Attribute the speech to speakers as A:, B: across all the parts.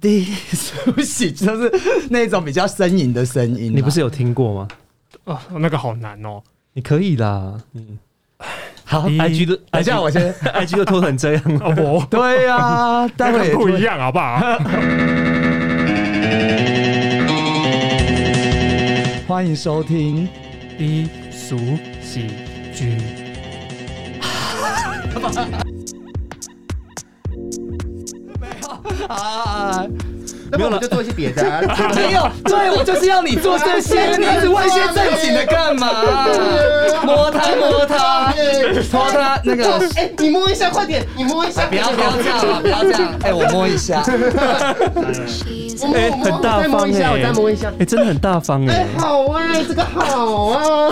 A: 第一出戏就是那种比较呻吟的声音啊、
B: 你不是有听过吗？
C: 哦，那个好难哦。
B: 你可以啦，嗯
A: 好？
B: ，I G 的，
A: 等一下我先
B: I G 都拖成 这样了，
C: 哦不，
A: 对呀、啊，待会
C: 那
A: 也
C: 个不一样好不好？
A: 欢迎收听。
C: 低俗喜剧，
A: 啊，
D: 那么我们就做一些 别的、啊。
A: 没有，对我就是要你做这些，你一直问一些正经的干嘛？摸他摸他，摸他那个，
D: 哎、你摸一下，快点，你摸一下，
A: 不要不要这样啊，不要这样，哎，我摸一下，
D: 我摸，
B: 哎、
D: 我摸，
B: 很大
D: 我再
B: 方
D: 摸一
B: 哎、
D: 下，我再摸一下
B: 哎、。真的很大方哎、
D: 哎、好哎、这个好啊。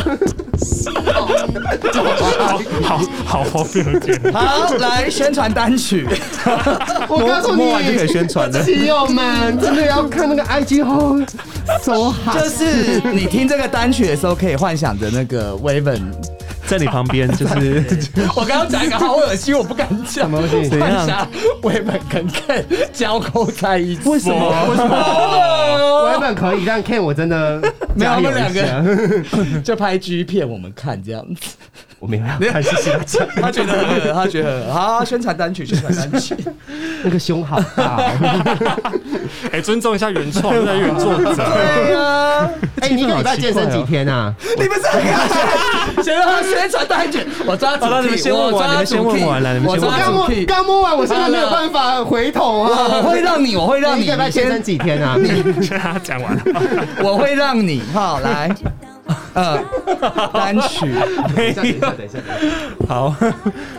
C: 好好好别见。
A: 好，来宣传单曲，
D: 哎我告诉你，
B: 摸完就可以宣传了
D: 基友们真的要看那个 IG 后手好。
A: 就是你听这个单曲的时候，可以幻想着那个 Waven，
B: 在你旁边就是
A: 我刚刚讲一个好恶心，我不敢讲，
B: 怎
A: 幻
B: 样
A: 想 Waven 跟 Ken 交媾在一起，
B: 为什么
A: 为什么？
D: 我 原本可以，但 Ken 我真的
A: 没有，
D: 加
A: 我
D: 油
A: 们
D: 一下
A: 两， 个就拍 G 片，我们看这样 子。
D: 我没有要看谢谢他讲，
A: 他觉得很恶，他觉得很恶好，宣传单曲，宣传单 曲。
D: 那个胸好大哦。
C: 哎，尊重一下原创，尊重一下原作者。
A: 对啊，
D: 哎、你一个礼拜健身几天啊？
A: 你不是很恶先让他宣传单曲，我抓主
B: 好了你
A: 题，
B: 们先问
A: 我
B: 完你
A: 抓
B: 们先
A: 主
B: 问
A: 题，
B: 完了你们
A: 我
B: 先
A: 抓
B: 问
D: 刚
B: 完
A: 主
D: 摸
A: 题。
D: 刚摸完，我现在没有办法哦回头啊。
A: 我会让你，我会让
D: 你
A: 你
D: 一个礼拜健身，几天啊？
C: 先让他讲完了，
A: 我会让你。好，来， 呃，单曲，
D: 等一下，
B: 好，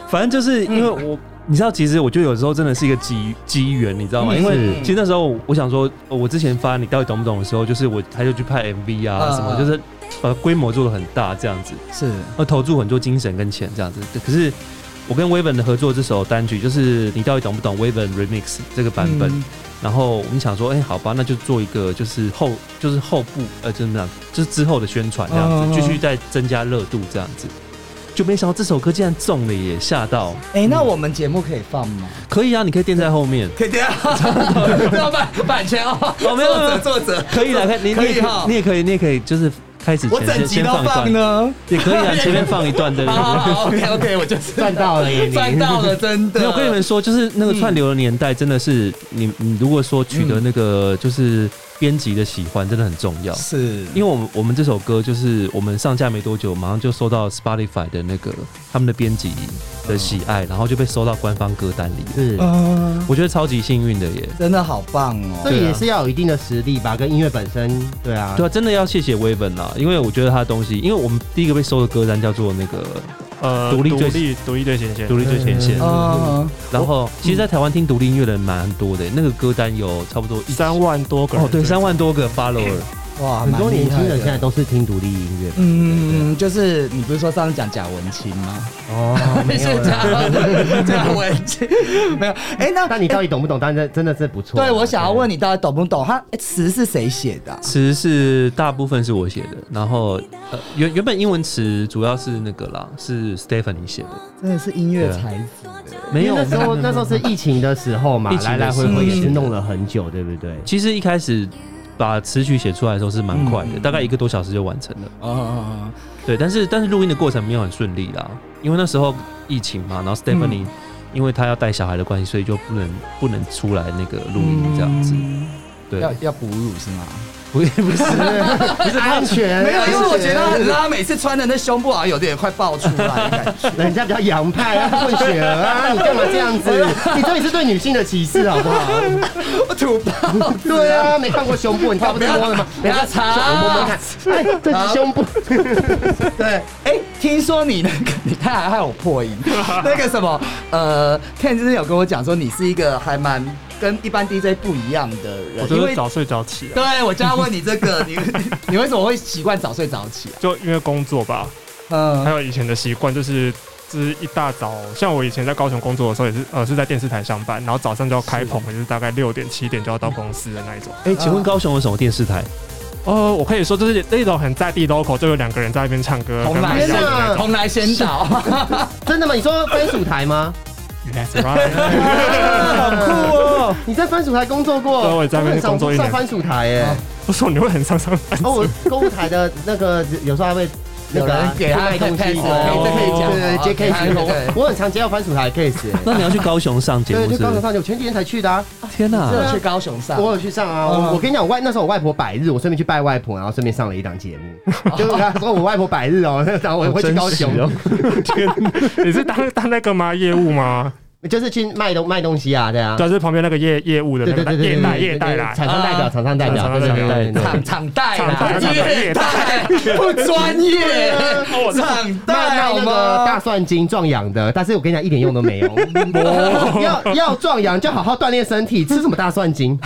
B: 反正就是因为我。你知道，其实我觉得有时候真的是一个机机缘，你知道吗？
A: 嗯
B: 因为
D: 是
B: 其实那时候我想说，呃我之前发你到底懂不懂的时候，就是我他就去拍 MV 啊
A: 嗯
B: 什么，
A: 嗯
B: 就是把规模做的很大这样子。
A: 是
B: 要呃投注很多精神跟钱这样子。可是我跟 Waven 的合作这首单曲，就是你到底懂不懂 Waven Remix 这个版本？
A: 嗯
B: 然后我们想说，哎、好吧，那就做一个就是后就是后部呃，就是那样，就是之后的宣传这样
A: 嗯嗯嗯
B: 子，继、续再增加热度这样子。就没想到这首歌竟然中了耶，吓到！
A: 哎，那我们节目可以放吗？
B: 可以啊，你可以垫在后面，
A: 可以的，要版版权哦，
B: 哦没有没有
A: 作者，
B: 可以啦，可以你你
A: 可
B: 也
A: 以
B: 可以
A: 哈
B: 你也可以，你也可以，就是开始
A: 我
B: 前
A: 整
B: 先
A: 集
B: 先
A: 都
B: 放一
A: 放
B: 段，
A: 呢。
B: 也可以啊，前面放一段，对对
A: 好
B: 对。
A: 好好，OK OK，我就是
D: 赚到了耶！你
A: 赚到了，真
C: 啊
A: 的。
B: 没有，我跟你们说，就是那个串流的年代，真的是你你如果说取得那个就是编辑的喜欢，真的很重
C: 嗯
B: 要。
A: 是，
B: 因为我们我们这首歌就是我们上架没多久，马上就收到 Spotify 的那个他们的编辑的喜
C: 嗯
B: 爱，然后就被收到官方歌单里。
D: 是，
A: 嗯，
B: 我觉得超级幸运的耶。
C: 嗯
A: 真的好棒
D: 这
A: 哦。
D: 也是要有一定的实力吧，跟音乐本身，对啊，
B: 对啊，真的要谢谢 Waven 啦，因为我觉得他的东西，因为我们第一个被收的歌单叫做那个
C: 呃，
B: 独立
C: 独
B: 最
C: 立独立最前线
B: 《独，立最前线》，
C: 哦
A: 嗯，
B: 然后其实，在台湾听独立音乐的人蛮多的，那个歌单有差不多一
C: 三万多个人
B: 哦，对，三万多个 follower。
A: 哇，
D: 很多
A: 蛮厉
D: 年
A: 害
D: 轻
A: 的
D: 人现在。都是听独立音乐。
A: 嗯，就是你不是说上次讲贾文清吗？
D: 哦，没有
A: 是
D: 啦。
A: 贾贾文清，没有。哎，那
D: 但你到底懂不懂？但是真的是不错。啊
A: 对我想要问你，到底懂不懂？他哎词是谁写的啊？
B: 词是大部分是我写的，然后呃原原本英文词主要是那个啦，是 Stephanie 写的，
A: 真的是音乐才子哎。
B: 没有
D: 因为那时候那时候是疫情的时候嘛
B: 疫，情
D: 来
B: 的
D: 来
B: 时候
D: 回回也是弄了很久，对不对？
B: 其实一开始把词曲写出来的时候是蛮快的，
A: 嗯
B: 大概一个多小时就完成了。
A: 哦，
B: 对，但是但是录音的过程没有很顺利啦，因为那时候疫情嘛，然后
D: 嗯
B: Stephanie、因为她要带小孩的关系，所以就不能不能出来那个录音这样子。
D: 嗯
B: 对，
A: 要要哺乳是吗？
B: 不是不是，
D: 不是安全，
A: 没有，因为我觉得
D: 安
A: 他
D: 全
A: 很拉，每次穿的那胸部好像有点快爆出来的感觉。
D: 人家比较洋派，啊，混血儿啊，你干嘛这样子？你这里是对女性的歧视，好不好？
A: 我吐爆。
D: 对啊，没看过胸部，你看不到摸了吗？
A: 不要查
D: 我摸摸看，哎，这是胸部，
A: 对，哎、听说你那个，你看还害我破音，那个什么，呃，Ken 之前有跟我讲说，你是一个还蛮跟一般 DJ 不一样的
C: 我
A: 人，
C: 就
A: 因
C: 是
A: 为
C: 早睡早起啊，
A: 对我就要问你这个，你你为什么会习惯早睡早起啊？
C: 就因为工作吧，还
A: 嗯，
C: 有以前的习惯就是。就是一大早，像我以前在高雄工作的时候，也是呃是在电视台上班，然后早上就要开棚，就是大概六点七点就要到公司的那一种。
A: 啊
B: 哎、请问高雄有什么电视 台？
C: 哦，我可以说就是那种很在地 local，就有两个人在那边唱歌，
A: 同
C: 跟
A: 来
C: 卖
D: 天
C: 药的那
D: 哪
C: 种。
A: 同来先导，
D: 真的吗？你说番薯台吗？
C: That's right，
B: 好酷哦！
D: 你在番薯台工作过？
C: 对我也在那边工作一
D: 上
C: 年
D: 番薯台耶。
C: 我说你会很上上班
D: 哦，我购物台的那个有时候还会那
A: 有
D: 个
A: 人
D: 啊
A: 给他
D: 去卖东西，
A: case，可以这可以讲
D: 对
A: 好
D: 对接
A: 好
D: case
A: 对对
D: 我我很常接到番薯台 case 耶。
B: 那你要去高雄上节
D: 对，
B: 目
D: 就是高
B: 不是？
D: 雄上去，我前几天才去的啊。
B: 天哪、
A: 这去高雄上，
D: 我有去上啊，
A: 嗯
D: 我我跟你讲，我外那时候我外婆百日，我顺便去拜外婆，然后顺便上了一档节目，就是他说我外婆百日哦，然后我会去高雄，
B: 好真哦
C: 天哪，你是当当那个吗？业务吗？
D: 就是去卖东卖东西啊，对啊，
C: 对，是旁边那个业业务的
D: 对
C: 那
D: 对
C: 个业
D: 对对，对
C: 代
D: 对
C: 业代啦
D: 对。厂商代表，
A: 啊
D: 厂商代表，
C: 厂商
D: 对
C: 代表
D: 对对对
A: 场
D: 对。
A: 场代
C: 场
A: 啦，
C: 代场代
A: 业代不专业，场
D: 卖
A: 代
D: 卖
A: 好
D: 那个大
A: 吗？
D: 蒜精壮阳的，但是我跟你讲一点用都没 有。
C: 哦
D: 要要壮阳就好好锻炼身体，吃什么大蒜精？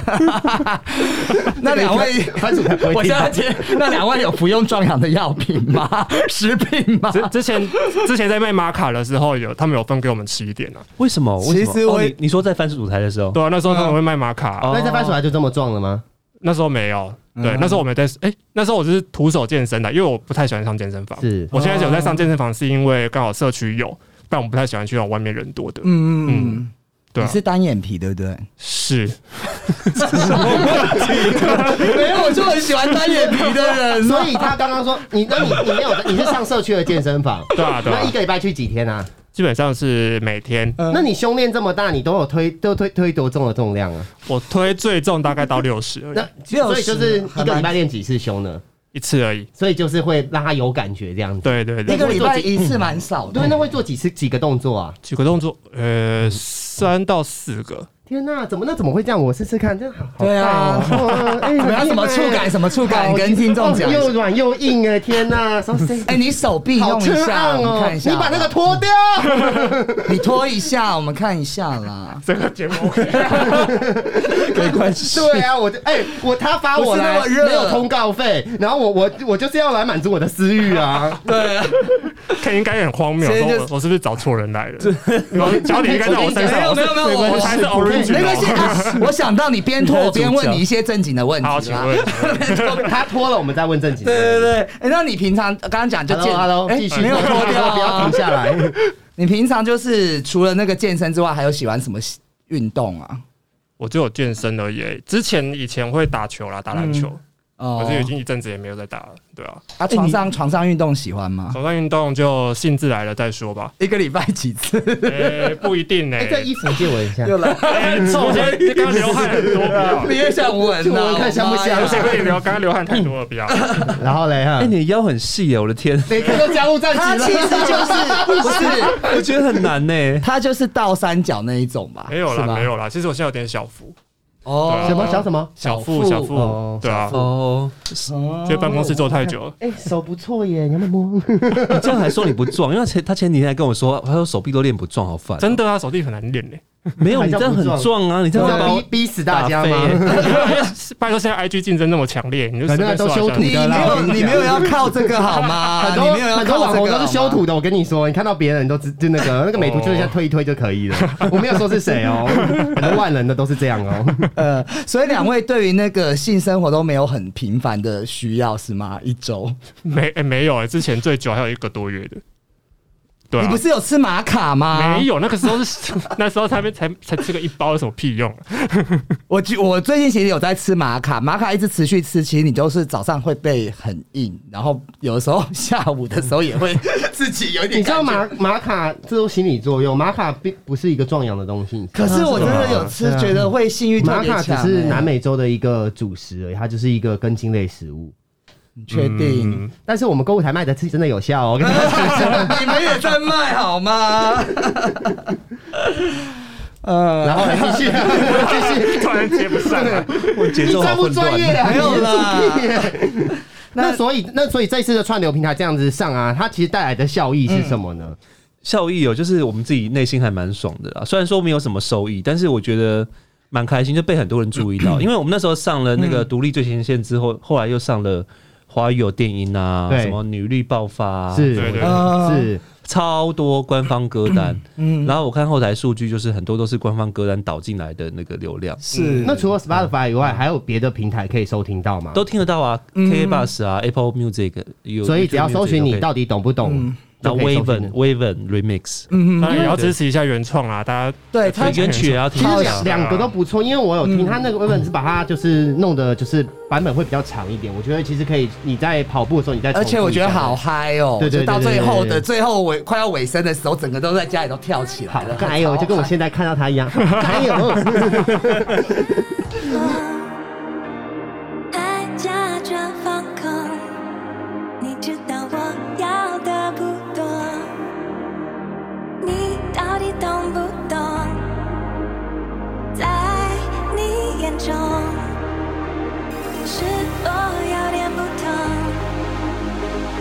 A: 那两位，
D: 番薯才不
A: 我
D: 会听
A: 现
D: 到
A: 在。接 那两位有服用壮阳的药品吗？ 食品吗？
C: 之之前之前在卖玛卡的时候，有他们有分给我们吃一点啊。
B: 为什么？为什么
A: 其实我
B: 哦、你你说在番薯台的时候，
C: 对啊，那时候他们会卖玛卡，
B: 哦
D: 那在番薯台就这么壮了吗？
C: 那时候没有。对，那时候我没在，哎、那时候我只是徒手健身的，因为我不太喜欢上健身房。
D: 是
C: 我现在有在上健身房，是因为刚好社区有，但我不太喜欢去那种外面人多的。
A: 嗯嗯嗯，
C: 对、
A: 你
C: 啊，
A: 是单眼皮对不对？
C: 是
A: 没有，我就很喜欢单眼皮的 人
D: 所以他刚刚说你，那你你没有，你是上社区的健身房，
C: 对啊对啊
D: 那一个礼拜去几天啊？
C: 基本上是每天
A: 嗯
D: 那你胸练这么大，你都有推都推推多重的重量啊？
C: 我推最重大概到六十而已，
D: 那所以就是一个礼拜练几次胸呢？
C: 一次而已。
D: 所以就是会让他有感觉这样子。
C: 对对
A: 一
C: 对，
A: 个礼拜一次蛮少的
D: 对，。那会做几次几个动作啊？
C: 几个动作，呃，三到四个。
D: 天呐，怎么那怎么会这样？我试试看，真的好好
A: 对啊
D: 棒哦！哎，
A: 我
D: 很
A: 要
D: 厉
A: 什么
D: 害
A: 触感，什么触感，
D: 好
A: 跟听众讲一
D: 哦
A: 下
D: 又软又硬哎，天呐，so sexy
A: 哎，你手臂
D: 好
A: 用一
D: 吃
A: 下，
D: 暗
A: 我们
D: 哦！
A: 看一下。
D: 你把那个，脱掉。
A: 你拖一下，我们看一下啦。
C: 这个节目
B: 没关系。
D: 对啊，我就哎，我他发我来
A: 不是那么热
D: 没有通告费，然后我我我就是要来满足我的私欲 啊！
A: 对，
C: 看应该很荒谬，
A: 所以
C: 说
A: 就
C: 我我是不是找错人来了？我脚底应该在我身
A: 没
C: 上，
A: 有
C: 我
A: 没
C: 是
A: 有没有，我
C: 我才是
A: 我
C: orange
A: 没关系
C: 哦。
A: 啊。我想到你边拖我边问你一些正经的问
C: 好，
A: 题
C: 请
A: 啦。
C: 问
D: 他脱了，我们再问正经。
A: 对对对，哎，那你平常刚刚讲就健
D: Hello，Hello，
A: 哎
D: 继续
A: 没有脱掉
D: 不要
A: 啊
D: 停。下来。
A: 你平常就是除了那个健身之外，还有喜欢什么运动啊？
C: 我就有健身而已。之前以前会打球啦，打篮球，
A: 哦
C: 可是已经一阵子也没有在打了，对啊。
A: 啊，床上床上运动喜欢吗？
C: 手上运动就兴致来了再 说吧，
A: 一个礼拜几次？
C: 诶，不一定呢、
D: 哎，这
C: 欸。
D: 衣服借我一下。
A: 又来，
C: 哎臭先，你刚刚流汗很 多，不要。
A: 你也想闻
D: 就
A: 啊？
D: 闻看香不香
C: 不行不行，流刚刚流汗太多了，不要。
D: 然后嘞哈
B: 哎、，你的腰很细耶，我的天，
D: 每次都加入战
A: 他其实
D: 局了。
A: 就是 不是，
B: 我觉得很难 呢。
A: 他就是倒三角那一种吧？
C: 没有
A: 是
C: 啦
A: 吧
C: 没有啦，其实我现在有点小腹，
A: 哦
C: 对啊
D: 什么小什么？
C: 小
A: 小腹
C: 腹小
D: 哦
C: 腹，对啊，
B: 哦，
C: 就办公室坐太久了。
D: 哎，手不错耶，你要不要摸？
B: 你这样还说你不壮，因为前他前几天还跟我说，他说手臂都练不壮，好烦。
C: 真的啊，手臂很难练呢、
B: 没有，你这样很壮啊，你这
D: 这
B: 样
D: 样
B: 会
D: 逼逼死大家吗？
C: 拜托，现在 IG 竞争那么强烈，你就随便
D: 反正都
C: 刷一
D: 修
C: 下
D: 图
A: 你
D: 的
A: 没
D: 啦
A: 有，你没有要靠这 个好吗？
D: 很
A: 你
D: 多
A: 没有要
D: 很多
A: 靠
D: 网
A: 这
D: 红
A: 个好
D: 都
A: 吗
D: 是修图的，我跟你说，你看到别人都知就那个那 个美图，就是在推一推就可以了。我没有说是谁 哦，很多万人的都是这样哦。
A: 呃，所以两位对于那个性生活都没有很频繁的需要是吗？一周，
C: 没、诶没有、欸，之前最久还有一个多月的。对
A: 你
C: 啊
A: 不，是有啊吃玛卡吗？
C: 没。有，那个时候是 那时候才没才才吃个一包，有什么屁用、啊？
A: 我最我最近其实有在吃玛卡，玛卡一直持续吃，其实你都是早上会背很硬，然后有的时候 下午的时候也会 自己有一点。
D: 你知道？玛玛卡这种心理作用，玛卡并不是一个壮阳的东西。
A: 可是我真的有吃，觉得会性欲特
D: 玛
A: 别
D: 卡只
A: 强、
D: 是
A: 欸
D: 南美洲的一个主食而已，它就是一个根茎类食物。
A: 你确定？
C: 嗯
D: 但是我们购物台卖的是真的有效哦，我跟你说
A: 你们也在卖好吗？呃，
D: 然后来继续 继续，
C: 突然接不上啊了。
B: 我节奏
D: 专
B: 好
D: 不
B: 混
D: 专
B: 乱。
D: 业啊？
A: 没有啦
D: 你是助力耶那所以那所以这一次的串流平台这样子上啊，它其实带来的效益是什么呢？
B: 效益哦，就是我们自己内心还蛮爽的啦。虽然说没有什么收益，但是我觉得蛮开心，就被很多人注意 到。因为我们那时候上了那个独立最前线之后，后来又上了华语有电音啊，
D: 对
B: 什么女力爆发、啊，
D: 是，
C: 对对
A: 呃
D: 是，
B: 超多官方歌单。
A: 嗯
B: 然后我看后台数据，就是很多都是官方歌单导进来的那个流 量，
A: 是
D: 那除了 Spotify 以外，还有别的平台可以收听到吗？
B: 都听得到啊。K Bus 啊，Apple Music，有
D: 所以只要搜寻
B: YouTube Music 都
D: 你
B: 可以
D: 到底懂不懂
B: 然后
D: 就可以搜寻
B: Waven Waven Remix，
A: 嗯
C: 当
A: 哼，
C: 然也要
B: 对
C: 支持一下原创啦，大家
A: 对他
B: 对，原曲也要
D: 其
B: 听
D: 实
B: 一
A: 好
B: 下
A: 像。
D: 两个都不错，因为我有听
A: 嗯
D: 他那个 Waven 是把它就是弄的，就是版本会比较长一点。我觉得其实可以，你在跑步的时候，你再重
A: 而
D: 复一下
A: 且我觉得好嗨哦！
D: 对对对
A: 就到最后的
D: 对对对
A: 最后尾快要尾声的时候，整个都在家里都跳起来
D: 好
A: 了，，
D: 还有就跟我现在看到他一样，还有。
E: 爱假装放空，你知道我要的不多，你到底懂不懂？在你眼中，是否有点不同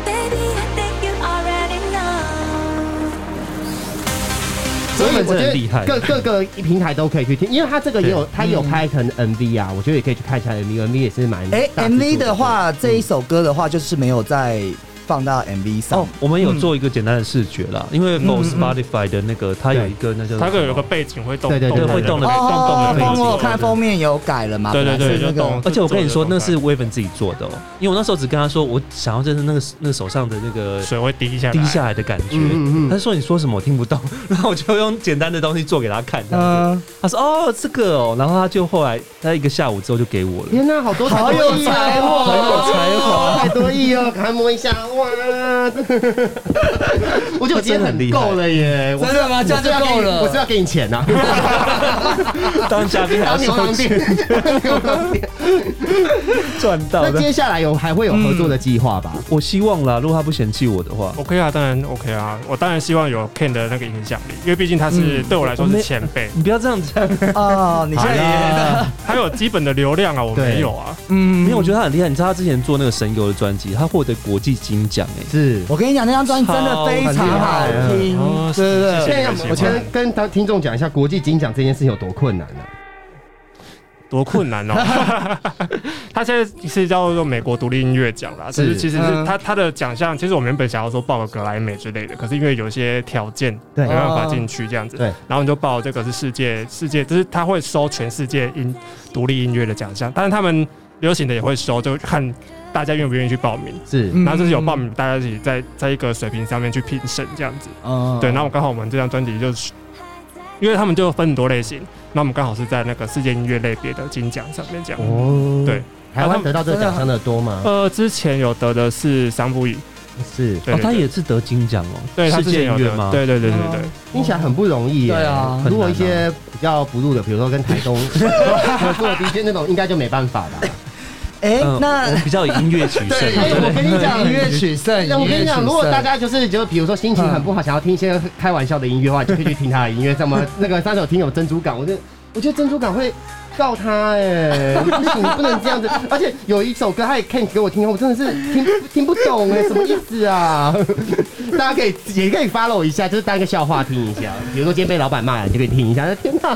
E: ？Baby, I think you already know.
D: 所以我觉
B: 真的
D: 得
B: 很厉害
D: 各各个平台都可以去听，因为他这个也有
B: 对
D: 他也有拍成 MV 啊，我觉得也可以去看一下 MV，MV 也是蛮
A: 哎
D: 大制作
A: ，MV 的话，这一首歌的话，就是没有在放到 MV 上
B: 哦，，我们有做一个简单的视觉啦，因为 For
C: 嗯嗯
B: Spotify 的那个，它有一个那叫
C: 它
B: 什
C: 会
B: 么
C: 有个背景会动，
D: 对对对
C: 动
B: 会动的
C: 动动的
A: 哦，
C: 背
A: 封
C: 景。
A: 我看封面有改了嘛，
C: 对对
A: 本来是
C: 对，就
A: 那
C: 动
A: 个。
B: 而且我跟你说，那是 Waven 自己做的哦、因为我那时候只跟他说，我想要就是那个那个手上的那个
C: 水会滴下来，
B: 滴下来的感觉。
D: 嗯嗯嗯
B: 他说你说什么我听不懂， 然后我就用简单的东西做给他看。嗯，
C: 啊
A: 嗯，
B: 他说哦这个哦，然后他就后来他一个下午之后就给我了。
D: 天哪，好多
A: 好有
D: 才艺啊
A: 才哦华
D: 好有
B: 才华
D: 太多亿哦，赶快摸一下，哇！ 我觉得我今天很够了耶，我
A: 真的吗？这样就够了。
D: 我是要给你钱啊呐、
B: 当嘉宾还要
D: 当你
B: 收
D: 方
B: 钱
D: 便，当你 方
C: 哎
D: 便。
B: 赚到
D: 那
B: 的。
D: 接下来有还会有合作的计划吧？
B: 我希望啦，如果他不嫌弃我的话，
C: OK 啊，当然 OK 啊，我当然希望有 Ken 的那个影响力，因为毕竟他
D: 嗯
C: 是、对我来说是前辈，
B: 你不要这样讲。
A: 哦，你现在也
C: 他有基本的流量啊，我
D: 对
C: 没有啊，
A: 嗯，
B: 因为我觉得他很厉害，你知道他之前做那个神游的专辑，他获得国际金奖哎、
D: 是。
A: 我跟你讲，那张专辑真的非常好听
C: 超，
A: 对对
C: 嗯谢谢
A: 对。
D: 现在我先跟当听众讲一下，国际金奖这件事情有多困难呢、啊
C: 多困 难哦。他现在是叫做美国独立音乐奖啦，只
D: 是
C: 是其实是
A: 嗯
C: 他他的奖项，其实我们原本想要说报个格莱美之类的，可是因为有一些条件
D: 对
C: 没办法进去这样子，
D: 哦对
C: 然后你就报这个是世界世界，就是他会收全世界音独立音乐的奖项，但是他们流行的也会收，就看大家愿不愿意去报名。
D: 是
A: 嗯
C: 然后就是有报名，大家一起在在一个水平上面去评审这样子。
A: 嗯
C: 对，然后我刚好我们这张专辑就是，因为他们就分很多类型，那我们刚好是在那个世界音乐类别的金奖上面讲。
D: 哦，
C: 对，
D: 台湾得到这个奖项的多吗？
C: 呃，之前有得的是桑布语，
D: 是，
C: 对
B: 哦，
C: 对
B: 他
C: 对
B: 也是得金奖哦、
C: 对，他
B: 世
C: 之前
B: 界音
C: 有
B: 乐
C: 得
B: 吗？，
C: 对对对对对，
D: 听起来很不容易耶。
A: 对啊
D: 如果一些比较不入的，比如说跟台东合作的 DJ 那种，应该就没办法吧。
A: 哎
B: 嗯，，
A: 那
B: 我比较以音乐 取胜，
A: 对，
D: 哎
B: 对
D: 我跟你讲
A: 以音乐取胜，
D: 那我跟你讲，如果大家就是就比如说心情很不好，想要听一些开玩笑的音乐的话，你就可以去听他的音乐。什么那个三首听有珍珠港，我就我觉得珍珠港会告他哎、不行，你不能这样子。而且有一首歌他也 Ken 给我听，我真的是听听不懂哎、什么意思啊？ 大家可以也可以 follow 一下，就是当一个笑话听一下。比如说今天被老板骂了，你就可以听一下。天哪，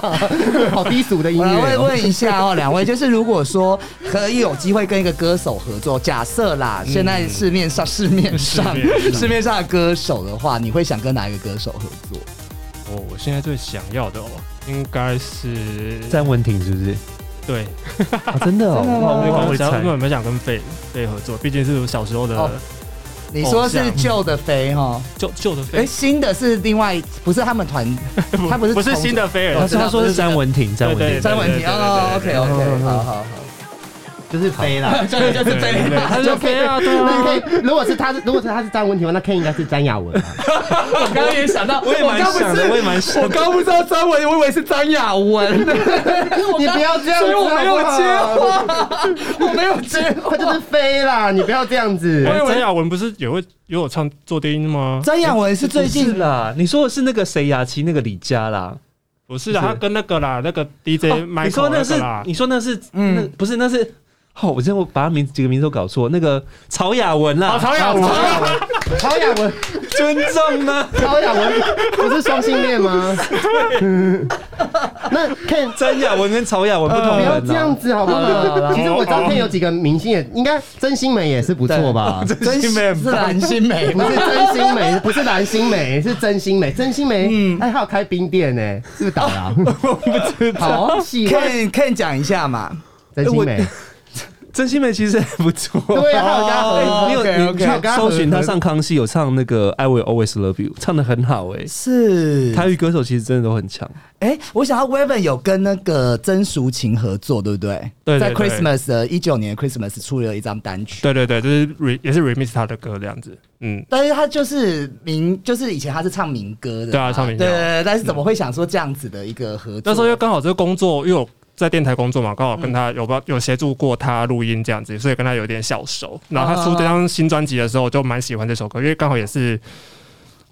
D: 好低俗的音
A: 我来
D: 乐、
A: 问
D: 哦。
A: 问一下 哦，两位，就是如果说可以有机会跟一个歌手合作，假设啦，现在市面上市面上
C: 嗯市面上
A: 市面上的歌手的话，你会想跟哪一个歌手合作？
C: 哦我我现在最想要的哦，应该是
B: 詹文婷是不是？
C: 对，
B: 啊真的 哦，哇
C: 我
B: 我好会
C: 本想
B: 猜
C: 我。本想跟费费合作，毕竟是我小时候
A: 哦
C: 的
A: 你说
C: 哦
A: 是旧的飞哈，
C: 旧旧的
A: 哎，
C: 费，
A: 新的是另外不是他们团，他不是
C: 不是
A: 同
C: 新的菲
A: 哦
C: 尔
B: 他，说他说是詹文婷，詹文
C: 对
B: 婷，
A: 张文
C: 对
A: 婷
C: 对对
A: 哦
C: 对
A: ，OK
C: 对
A: OK，好好好，
D: 就是飞啦。
A: 这个就是
C: 对
A: 飞
C: 对，他就菲啊， 对
D: 那
C: 啊
D: 你。可以，如果是他是，如果是他是詹文婷的话，那 Ken 应该是詹雅文啊。
A: 我刚刚也想到，我
B: 也蛮
A: 刚不
B: 想的
A: 是
B: 我也蛮想的
A: 我刚不知道张文，我以为是张雅文，
D: 你不要这样子
A: 所以我没有接
D: 好不好
A: 话，我没有接
D: 他
A: 话。
D: 就是飞啦，你不要这样子。
C: 哎张雅文不是也会也有唱做低音吗？
A: 张雅文是最
B: 不
A: 近
B: 是啦，你说的是那个谁雅琪那个李佳啦，
C: 不是啊啦，他跟那个啦，那个 DJ
B: 哦
C: Michael
B: 你说那个
C: 那个
B: 是
C: 啦，
B: 你说那是
A: 嗯
B: 那不是那是哦，我真的我把他名几个名字都搞错，那个曹雅文啦，
C: 哦曹雅文，
D: 曹雅文，
B: 尊重啊吗？
D: 曹雅文不是双性恋吗？ 那 Ken
B: 詹雅文跟曹雅文不同
D: 呃不要
B: 人啊
D: 这样
B: 啦，
D: 子好不
A: 好了好
D: 好？
A: 了
D: 其实我知道 Ken 有几个明星也应该真心美也是不错吧？
A: 真心是蓝心湄
D: 不
A: 吗？
D: 是真心美，不是蓝心美，是真心美，真心美。嗯，哎，还有开冰店呢，是不是倒了？我不知道。好喜欢
A: Ken Ken 讲一下嘛，
D: 真心美，
B: 真心梅其实还不错。
D: 对啊，还有跟他合
B: 哎，你有
A: OK，OK
B: 你去搜寻他上康熙有唱那个《I Will Always Love You》，唱的很好哎、
A: 是，
B: 台语歌手其实真的都很强。
A: 哎、我想要 Weven 有跟那个曾淑琴合作，对不对？
C: 对对
A: 在
C: 对
A: Christmas 的一九年 Christmas 出了一张单曲，
C: 对对对，就是 re 也是 remix 他的歌这样子，嗯，
A: 但是他就是民，就是以前他是唱民歌的嘛，
C: 对啊唱民谣
A: 对对对，但是怎么会想说这样子的一个合作？
C: 那时候又刚好这个工作，因为我在电台工作嘛，刚好
A: 嗯
C: 跟他有帮有协助过他录音这样子，所以跟他有点小熟。然后他出这张新专辑的时候，我就蛮喜欢这首歌，因为刚好也是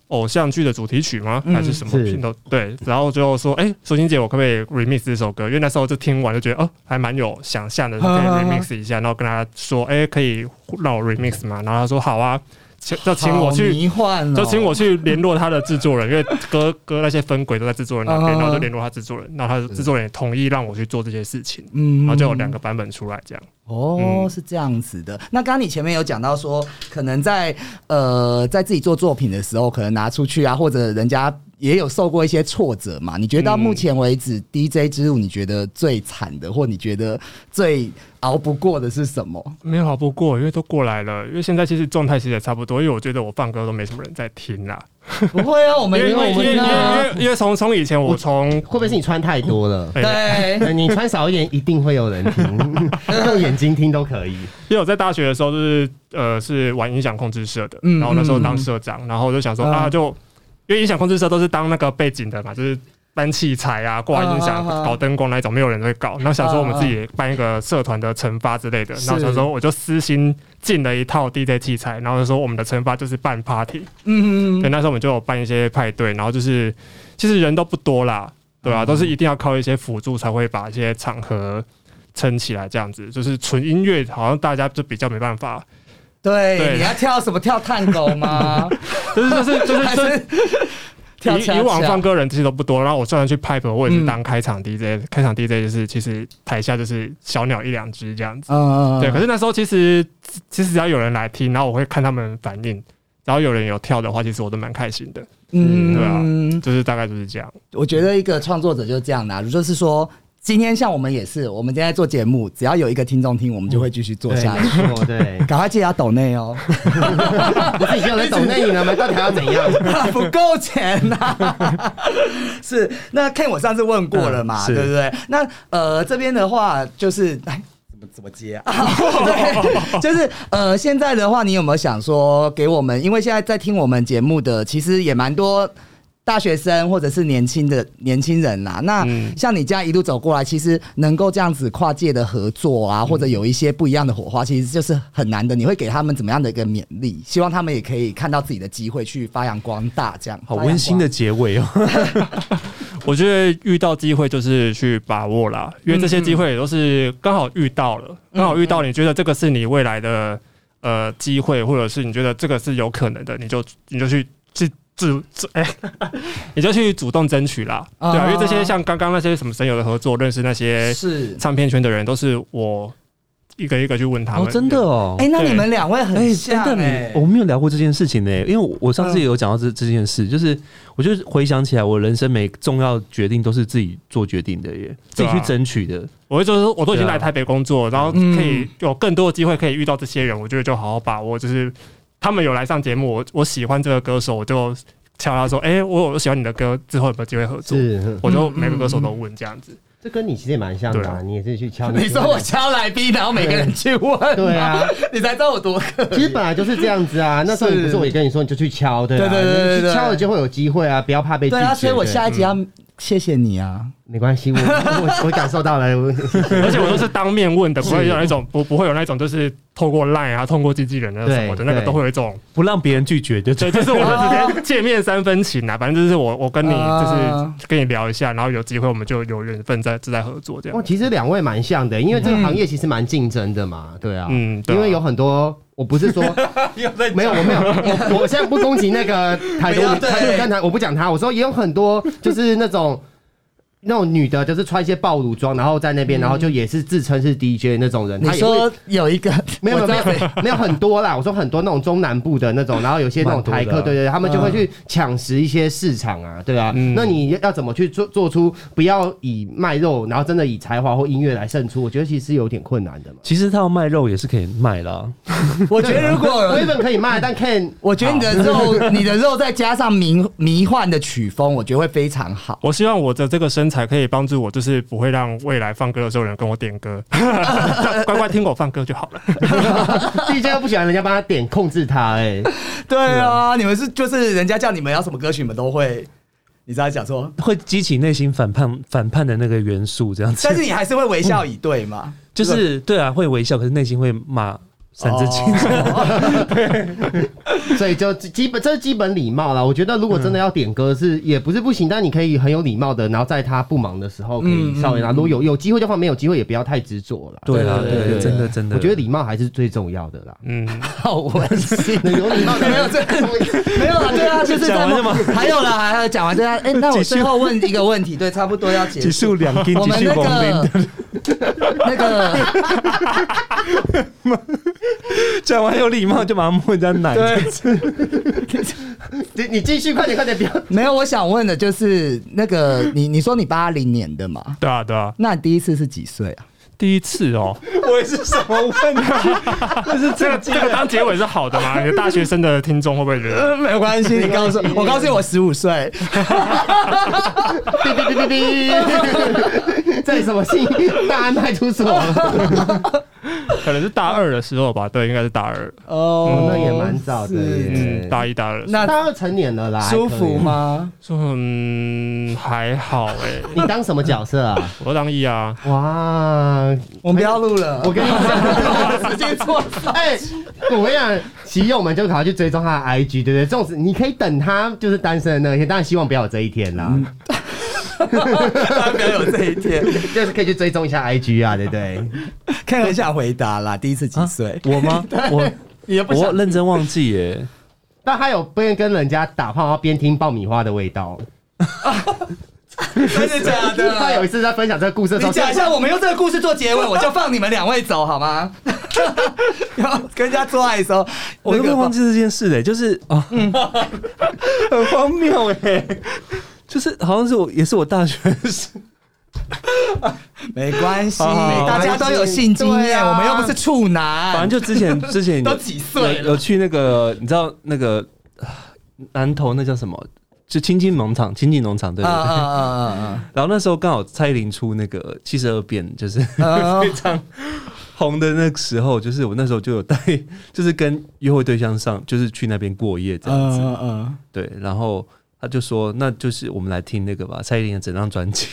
C: 偶像剧的主题曲吗？
A: 嗯
C: 还是什么
D: 是
C: 片头？对，然后最后说，哎、舒心姐，我可不可以 remix 这首歌？因为那时候就听完就觉得，哦，还蛮有想象的，可以
A: 啊啊啊
C: remix 一下。然后跟他说，哎、可以让我 remix 吗？然后他说好啊，请就请我
A: 好
C: 去
A: 迷幻、哦，
C: 就请我去联络他的制作 人，因为歌歌那些分轨都在制作人那边，
A: 嗯
C: 然后就联络他制作人，然后他的制作人也同意让我去做这些事情，
A: 嗯，嗯
C: 然后就有两个版本出来这样。
A: 哦，
C: 嗯
A: 是这样子的。那刚刚你前面有讲到说，可能在呃在自己做作品的时候，可能拿出去啊，或者人家也有受过一些挫折嘛。你觉得到目前为
C: 嗯
A: 止、DJ 之路，你觉得最惨的，或你觉得最熬不过的是什么？
C: 没有好不过，因为都过来了，因为现在其实状态其实也差不多，因为我觉得我放歌都没什么人在听啦，
A: 不会啊，我们
C: 因为因为因为因
A: 呢，
C: 为因为从从以前我从
D: 会不会是你穿太多了？
C: 哎
A: 对，嗯
D: 呃你穿少一点，一定会有人 听，用眼睛听都可以。
C: 因为我在大学的时候就是呃是玩音响控制社的，
A: 嗯
C: 然后那时候当社长，然后我就想说、
A: 嗯
C: 啊，就因为音响控制社都是当那个背景的嘛，就是搬器材啊、挂音响、
A: 啊啊啊
C: 搞灯光那一种，没有人会搞。然后想说我们
A: 啊啊
C: 自己办一个社团的惩罚之类的，
A: 是
C: 然后想说我就私心进了一套 DJ 器材，然后就说我们的惩罚就是办 party，
A: 嗯，
C: 对，那时候我们就有办一些派对，然后就是其实人都不多啦，对啊，都
A: 嗯
C: 是一定要靠一些辅助才会把一些场合撑起来，这样子就是纯音乐好像大家就比较没办法，
A: 对，
C: 对
A: 你要跳什么跳探狗吗？
C: 就是 就是就
A: 还
C: 是就是
A: 跳恰恰
C: 以以往放歌人其实都不多，然后我虽然去 pipe，我
A: 嗯
C: 也是当开场 DJ，、开场 DJ 就是其实台下就是小鸟一两只这样子，
A: 嗯，
C: 对，可是那时候其实其实只要有人来听，然后我会看他们反应，然后有人有跳的话，其实我都蛮开心的，对啊就是大概就是这样，
A: 嗯我觉得一个创作者就是这样的、啊，就是说，今天像我们也是，我们今天在做节目，只要有一个听众听，我们就会继续做
D: 对，
A: 下
D: 没
A: 去。，
D: 错，对
A: 赶快记得要抖内哦，
D: 不是已经有人懂内你了吗？到底还要怎样？
A: 不够钱呐、 是，那 Ken 我上次问过了嘛，
B: 嗯是
A: 对不对？那呃这边的话就是，哎，怎么怎么 接啊？对，就是呃现在的话，你有没有想说给我们？因为现在在听我们节目的，其实也蛮多。大学生或者是年轻的年轻人啦、那
C: 嗯
A: 像你这样一路走过来，其实能够这样子跨界的合作啊，或者有一些不一样的火花，其实就是很难的。你会给他们怎么样的一个勉励？希望他们也可以看到自己的机会，去发扬光大，这样
B: 好温馨的。结尾哦、
C: 我觉得遇到机会就是去把握啦，因为这些机会也都是刚好遇到了，
B: 嗯
C: 刚好遇到你觉得这个是你未来的呃机会，或者是你觉得这个是有可能的，你就你就去去主主哎， 你就去主动争取啦，对啊，因为这些像刚刚那些什么神友的合作，认识那些
A: 是，
C: 唱片圈的人，都是我一个一个去问他们，
B: 哦，真的哦、
A: 哎、那
C: 对
A: 你们两位很像嗯
B: 但
A: 哎、
B: 你我们有聊过这件事情呢、因为我我上次也有讲到这、这件事，就是我就回想起来，我人生每重要决定都是自己做决定的耶，自
C: 对
B: 己
C: 啊
B: 去争取的。
C: 我会就是说我都已经
B: 对啊
C: 来台北工作，然后
A: 嗯
C: 可以有更多的机会可以遇到这些人，我觉得就好好把握。就是他们有来上节目，我我喜欢这个歌手，我就敲他说：“哎、我我喜欢你的歌，之后有没有机会合作？”
D: 是，
C: 我就每个歌手都问这样子。
D: 这跟你其实也蛮像的
C: 对
D: 啊，
C: 啊
D: 你也是去敲。
A: 你说我敲来宾，然后每个人去问，
D: 对啊，
A: 你才知道我多可
D: 其实本来就是这样子啊。那时候你不是我也跟你说，你就去敲，对
A: 对
D: 啊，
A: 对对对
D: 你
A: 对
D: 去敲了就会有机会啊，不要怕被拒
A: 对
D: 绝。
A: 啊，所以我
D: 对
A: 下一集要谢谢你啊。
D: 没关系，我我我感受到了， 我
C: 而且我都是当面问的，不会有那种不不会有那种就是透过 Line 啊，透过经纪人啊
D: 对
C: 什么的，那个
D: 对
C: 都会有一种
B: 不让别人拒绝，就
C: 对，就是我们直接见面三分情啊，反正就是我我跟你
A: 啊
C: 就是跟你聊一下，然后有机会我们就有缘分再再合作这
D: 哦，
C: 样。
D: 其实两位蛮像的，因为这个
A: 嗯
D: 行业其实蛮竞争的嘛，对啊，
C: 嗯对啊
D: 因为有很多，我不是说没有，我没 有，我我现在不攻击那个台
A: 不要
D: 独
A: 对
D: 台独跟台，我不讲他，我说也有很多就是那种。那种女的，就是穿一些暴乳装，然后在那边，然后就也是自称是 DJ 那种人。
A: 嗯你
D: 她也会
A: 说有一个
D: 没有
A: 我
D: 没
A: 知道
D: 有没有没有很多啦，我说很多那种中南部的那种，然后有些那种台
B: 蛮
D: 客，
B: 多的啊
D: 对对对，他们就会去抢食一些市场啊，对啊。
A: 嗯
D: 那你要怎么去做做出不要以卖肉，然后真的以才华或音乐来胜出？我觉得其实是有点困难的嘛。
B: 其实他要卖肉也是可以卖啦，
A: 我觉得如果有
D: 我本可以卖，但 Ken
A: 我觉得你的肉，你的肉再加上迷迷幻的曲风，我觉得会非常好。
C: 我希望我的这个身材可以帮助我，就是不会让未来放歌的时候有人跟我点歌，乖乖听我放歌就好了。
D: DJ 又不喜欢人家帮他点控制他、欸，哎，
A: 对啊，你们是就是人家叫你们要什么歌曲，你们都会，你知道讲说，
B: 会激起内心反叛反叛的那个元素，这样子
A: 但。是你还是会微笑以对嘛？
B: 就是对啊，会微笑，可是内心会骂三字经。
A: 哦
D: 所以就基本这是基本礼貌啦。我觉得如果
A: 嗯
D: 真的要点歌是、也不是不行，但你可以很有礼貌的，然后在他不忙的时候可以稍微拿。啊如果有有机会就放，没有机会也不要太执着了。
B: 对啊，
A: 嗯对对
B: 对，
A: 对
B: 真的真的，
D: 我觉得 礼貌还是最重要的啦。
C: 嗯，
A: 好温馨。
D: 有礼貌的
A: 哦没有
D: 人
A: 这没有啦，对啊，就是在
B: 讲完了吗
A: 还有啦，还有讲完这样，哎、那我最后问一个问题，对，差不多要结束。
B: 束两斤
A: 我们那个那个
B: 讲完有礼貌就马上摸人家奶，
D: 你你继续，快点快点，不要。
A: 没有，我想问的就是那个你你说你八零年的嘛，
C: 对啊对啊，
A: 那你第一次是几岁啊？
C: 第一次哦，
B: 我也是什么问题？
C: 就是这个这个当结尾是好的吗？你的大学生的听众会不会觉得？
A: 呃， 没有关系，你告诉我，告诉你我十五岁，
D: 哔哔哔哔哔，这里什么信？大安 派出所，
C: 可能是大二的时候吧，对，应该是大二，嗯
A: 哦
D: 那也蛮早的
A: 是
D: 耶。
C: 大一大二的时候。
A: 那
D: 大二成年了啦，
A: 舒服吗？
C: 说嗯还好哎、
D: 还可以？你当什么角色啊？
C: 我当一啊，
D: 哇，
A: 我们不要录了，
D: 我跟你讲，
A: 我时间错了。
D: 哎、我跟你讲，喜友们就赶快去追踪他的 IG，对不对？这种事你可以等他就是单身的那一天，当然希望不要有这一天啦，
A: 嗯大家不要有这一天。
D: 就是可以去追踪一下 IG 啊，对不对？
A: 看很想回答啦，第一次几岁？
B: 我吗？我
A: 你也不
B: 我
A: 想
B: 认真忘记耶。
D: 但他有边跟人家打炮，然后边听爆米花的味道。
A: 真的假
D: 他 有
A: 的？啊
D: 一次在分享这个故事的
A: 你
D: 时候，
A: 讲一下，我们用这个故事做结尾，我就放你们两位走好吗？然后跟人家做爱的时候，
B: 我都
A: 那
B: 没
A: 个
B: 有忘记这件事嘞，就是 啊，很荒谬哎，
A: 欸
B: 就是好像是我也是我大学时
A: 没关系，
B: 好好好
A: 大家都有性经
D: 对
A: 验，
D: 啊
A: 我们又不是处男，
B: 反正就之前之前
A: 都几岁
B: 有有
A: 了，
B: 去那个你知道那个啊南投那叫什么？就亲近农场，亲近农场对
A: 啊
B: 对
A: 啊
B: 对。
A: 啊啊
B: 然后那时候刚好蔡依林出那个七十二变，就是
A: 啊啊！
B: 非常红的那个时候，就是我那时候就有带，就是跟约会对象上，就是去那边过夜这样子。
A: 嗯嗯
B: 对，然后他就说，那就是我们来听那个吧，蔡依林的整张专辑。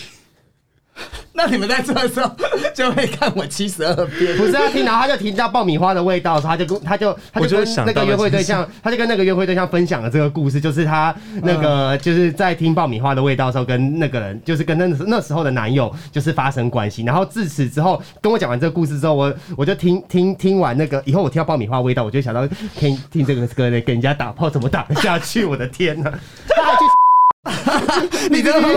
A: 那你们在做的时候就会看我七十二 遍。
D: 不是他听，然后他就听到爆米花的味道的时候，他就跟他就
B: 我
D: 他就
B: 就会
D: 跟
B: 想到
D: 那个约会对象，他就跟那个约会对象分享了这个故事，就是他
B: 嗯
D: 那个就是在听爆米花的味道的时候，跟那个人就是跟那那时候的男友就是发生关系，然后自此之后跟我讲完这个故事之后，我我就听听听完那个以后我听到爆米花味道，我就想到听听这个歌的给人家打炮怎么打得下去，我的 天呐、他还去
A: 你知道吗？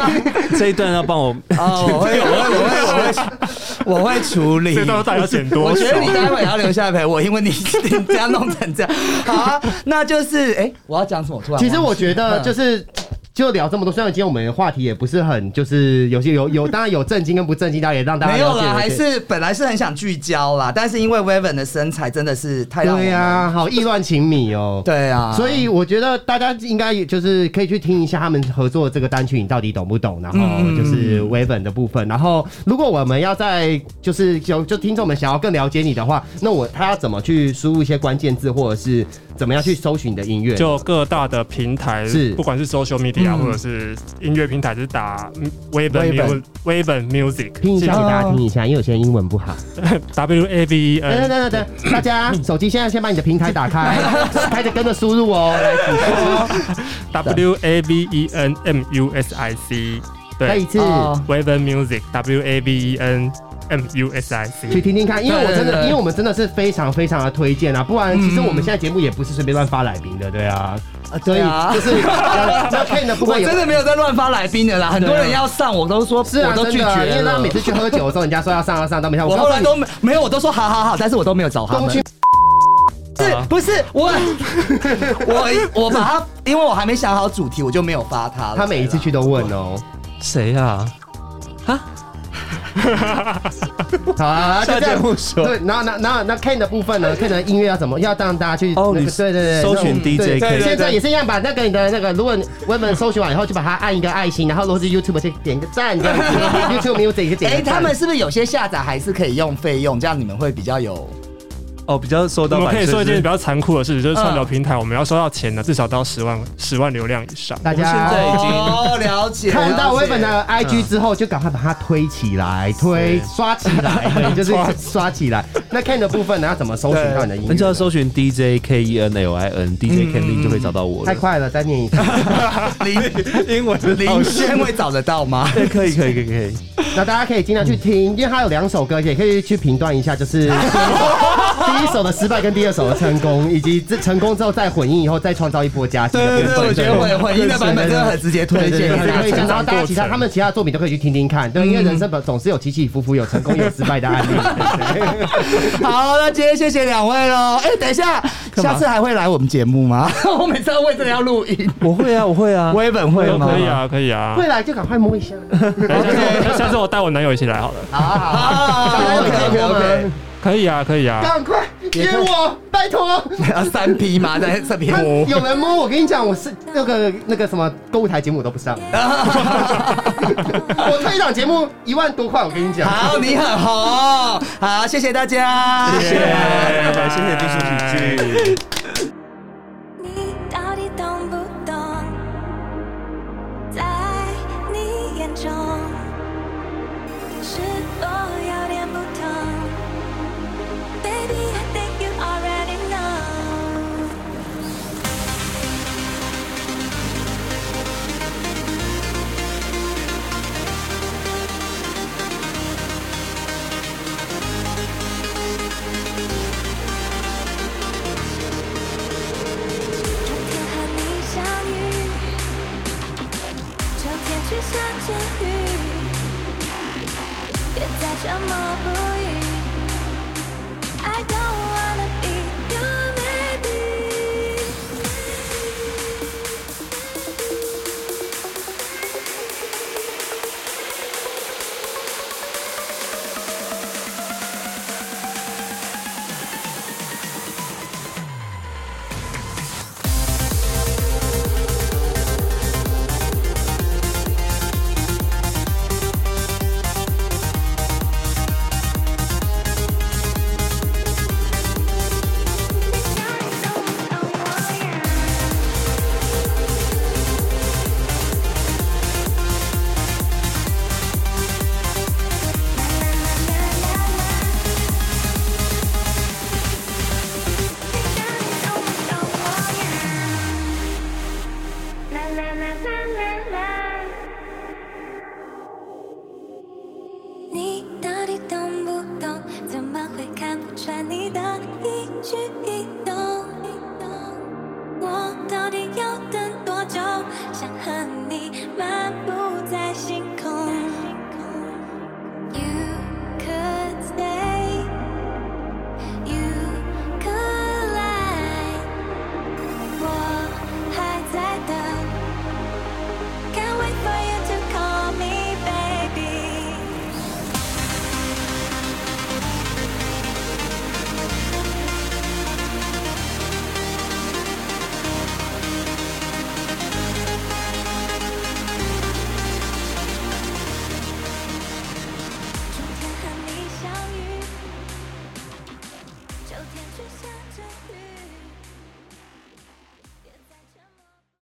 B: 这一段要帮我，
A: 啊， 我会，我会，我会，我会，我会处理。
C: 这段大家剪多
A: 我觉得
C: 少
A: 你？待会也要留下来陪我，因为你你这样弄成这样， 好啊。那就是，哎、我要讲什么？我突然忘
D: 其
A: 记嗯
D: 实我觉得就是。就聊这么多，虽然今天我们的话题也不是很，就是有些有有，当然有震惊跟不震惊，当然也让大家
A: 没有
D: 了解
A: 啦，还
D: 了解
A: 是本来是很想聚焦啦，但是因为 Weven 的身材真的是太让我
D: 对呀、
A: 们
D: 好意乱情迷哦。
A: 对啊，
D: 所以我觉得大家应该也就是可以去听一下他们合作的这个单曲，你到底懂不懂？然
A: 嗯
D: 后就是微本的部分。然后如果我们要在就是有就听众们想要更了解你的话，那我他要怎么去输入一些关键字，或者是怎么样去搜寻你的音乐？
C: 就各大的平台，
D: 是
C: 不管是 social media、或者是音乐平台，就是打 Waven
A: Waven
C: Waven Music，
D: 拼一下给
C: 记
D: 大家听一下，因为有些人英文不好。
C: 住 W A V E
D: 等
A: 哎
C: N
D: 等。等等等，大家手机现在先把你的平台打开， 开始跟着输入哦。来，请说
C: W A V E N M U S I C，
D: 再一
C: 对
D: 次。
A: 哦
C: ，Waven Music W A V E N M U S I C。
D: 去听听看，因为我真
A: 对对
D: 的，
A: 对
D: 因为我们真的是非常非常的推荐啊，不然其实我们现在节目也不是随便乱发来宾的，对啊，
A: 啊
D: 所以
A: 对啊
D: 就。是要 Ken 的部
A: 我
D: 分也
A: 真的没有在乱发来宾的啦，很多人要上我都说
D: 是啊，
A: 我都
D: 真
A: 拒
D: 的啊
A: 绝
D: 因为他
A: 了
D: 每。次去喝酒的时候，人家说要上要上，都没上。
A: 我
D: 告
A: 后
D: 诉
A: 来
D: 你
A: 都没没有，我都说好好好，但是我都没有找他
D: 东
A: 们
D: 区。
A: 是不是我我我把他，因为我还没想好主题，我就没有发他了。
D: 他每一次去都问哦。
B: 谁啊？啊，
D: 好啊，就
B: 下
D: 这
B: 节
D: 样。
B: 目说。
D: 对，然后那那那 Ken 的部分 呢？Ken 的音乐要怎么？要让大家去
B: 哦
D: 那个
B: 你
D: 对对对，
B: 搜寻
D: 那种
B: DJ
D: 对
B: Ken
D: 现在也是一样，把那个你的那个，如果我们搜寻完以后，就把它按一个爱心，然后如果是 YouTube 就点一个赞，这样子 YouTube Music 就点一
A: 哎，
D: 个赞。
A: 他们是不是有些下载还是可以用费用？这样你们会比较有
B: 哦，比较收
C: 我
B: 到
C: 们
B: 版
C: 可
B: 税
C: 以
B: 是
C: 说
B: 不
C: 一
B: 是。
C: 件比较残酷的事，就是串流平台，我们要收到钱的，至少到十万十万流量以上。
D: 大家
B: 我们现在已经
A: 哦，了解。
D: 看
A: 了
D: 到
A: 解
D: w e 本的 IG 之后，就赶快把它推起来，推刷起来，对， 就是刷起来。那 Ken 的部分呢，要怎么搜寻到你的音乐
B: 那
D: 呢？
B: 就要搜寻 DJ K E N L I E N DJ Ken Lin 就会找到我
D: 太
B: 了。
D: 快了，再念一次。
A: 林
B: 英文的
A: 林轩会找得到吗？
B: 对，可以可以可以可以。
D: 那大家可以尽量去听，因为它有两首歌，也可以去评断一下，就是 第一首的失败跟第二首的成功，以及这成功之后再混音以后再创造一波佳绩的部
A: 对
D: 分。
A: 对对，我觉得混混音的版本真的很直接推荐给大
D: 可以
A: 家
D: 想。到大家其他他们其他的作品都可以去听听看，对，因为人生
A: 嗯
D: 本总是有起起伏伏，有成功有失败的案例。
A: 好，那今天谢谢两位喽。哎、等一下，下次还会来我们节目吗？ 我每次要为这个要录音，
B: 我会啊，我会啊。
A: 威本会
C: 都
A: 吗？
C: 可以。啊，可以啊。
D: 会来就赶快摸一下，
C: 哎下次我下次我带我男友一起来好了。
A: 好好好，OK OK OK，
C: 可以啊，可以啊。
D: 赶 快约我，拜托。
A: 要啊三 P 吗？ 在这边
D: 他。有人摸我，跟你讲，我是那个那个什么购物台节目我都 不上，我退一档节目一万多块，我跟你讲。
A: 好，你很红。好，谢谢大家，
B: 谢谢，谢谢冰叔喜剧。
E: 你到底懂不懂？在你眼中，是否有点不同？Baby, I think you already know. 昨天和你相遇，就天去下着雨，别再沉默不语。I don't wanna be your baby。La la la la la la 你到底懂不懂？怎么会看不穿你的一举一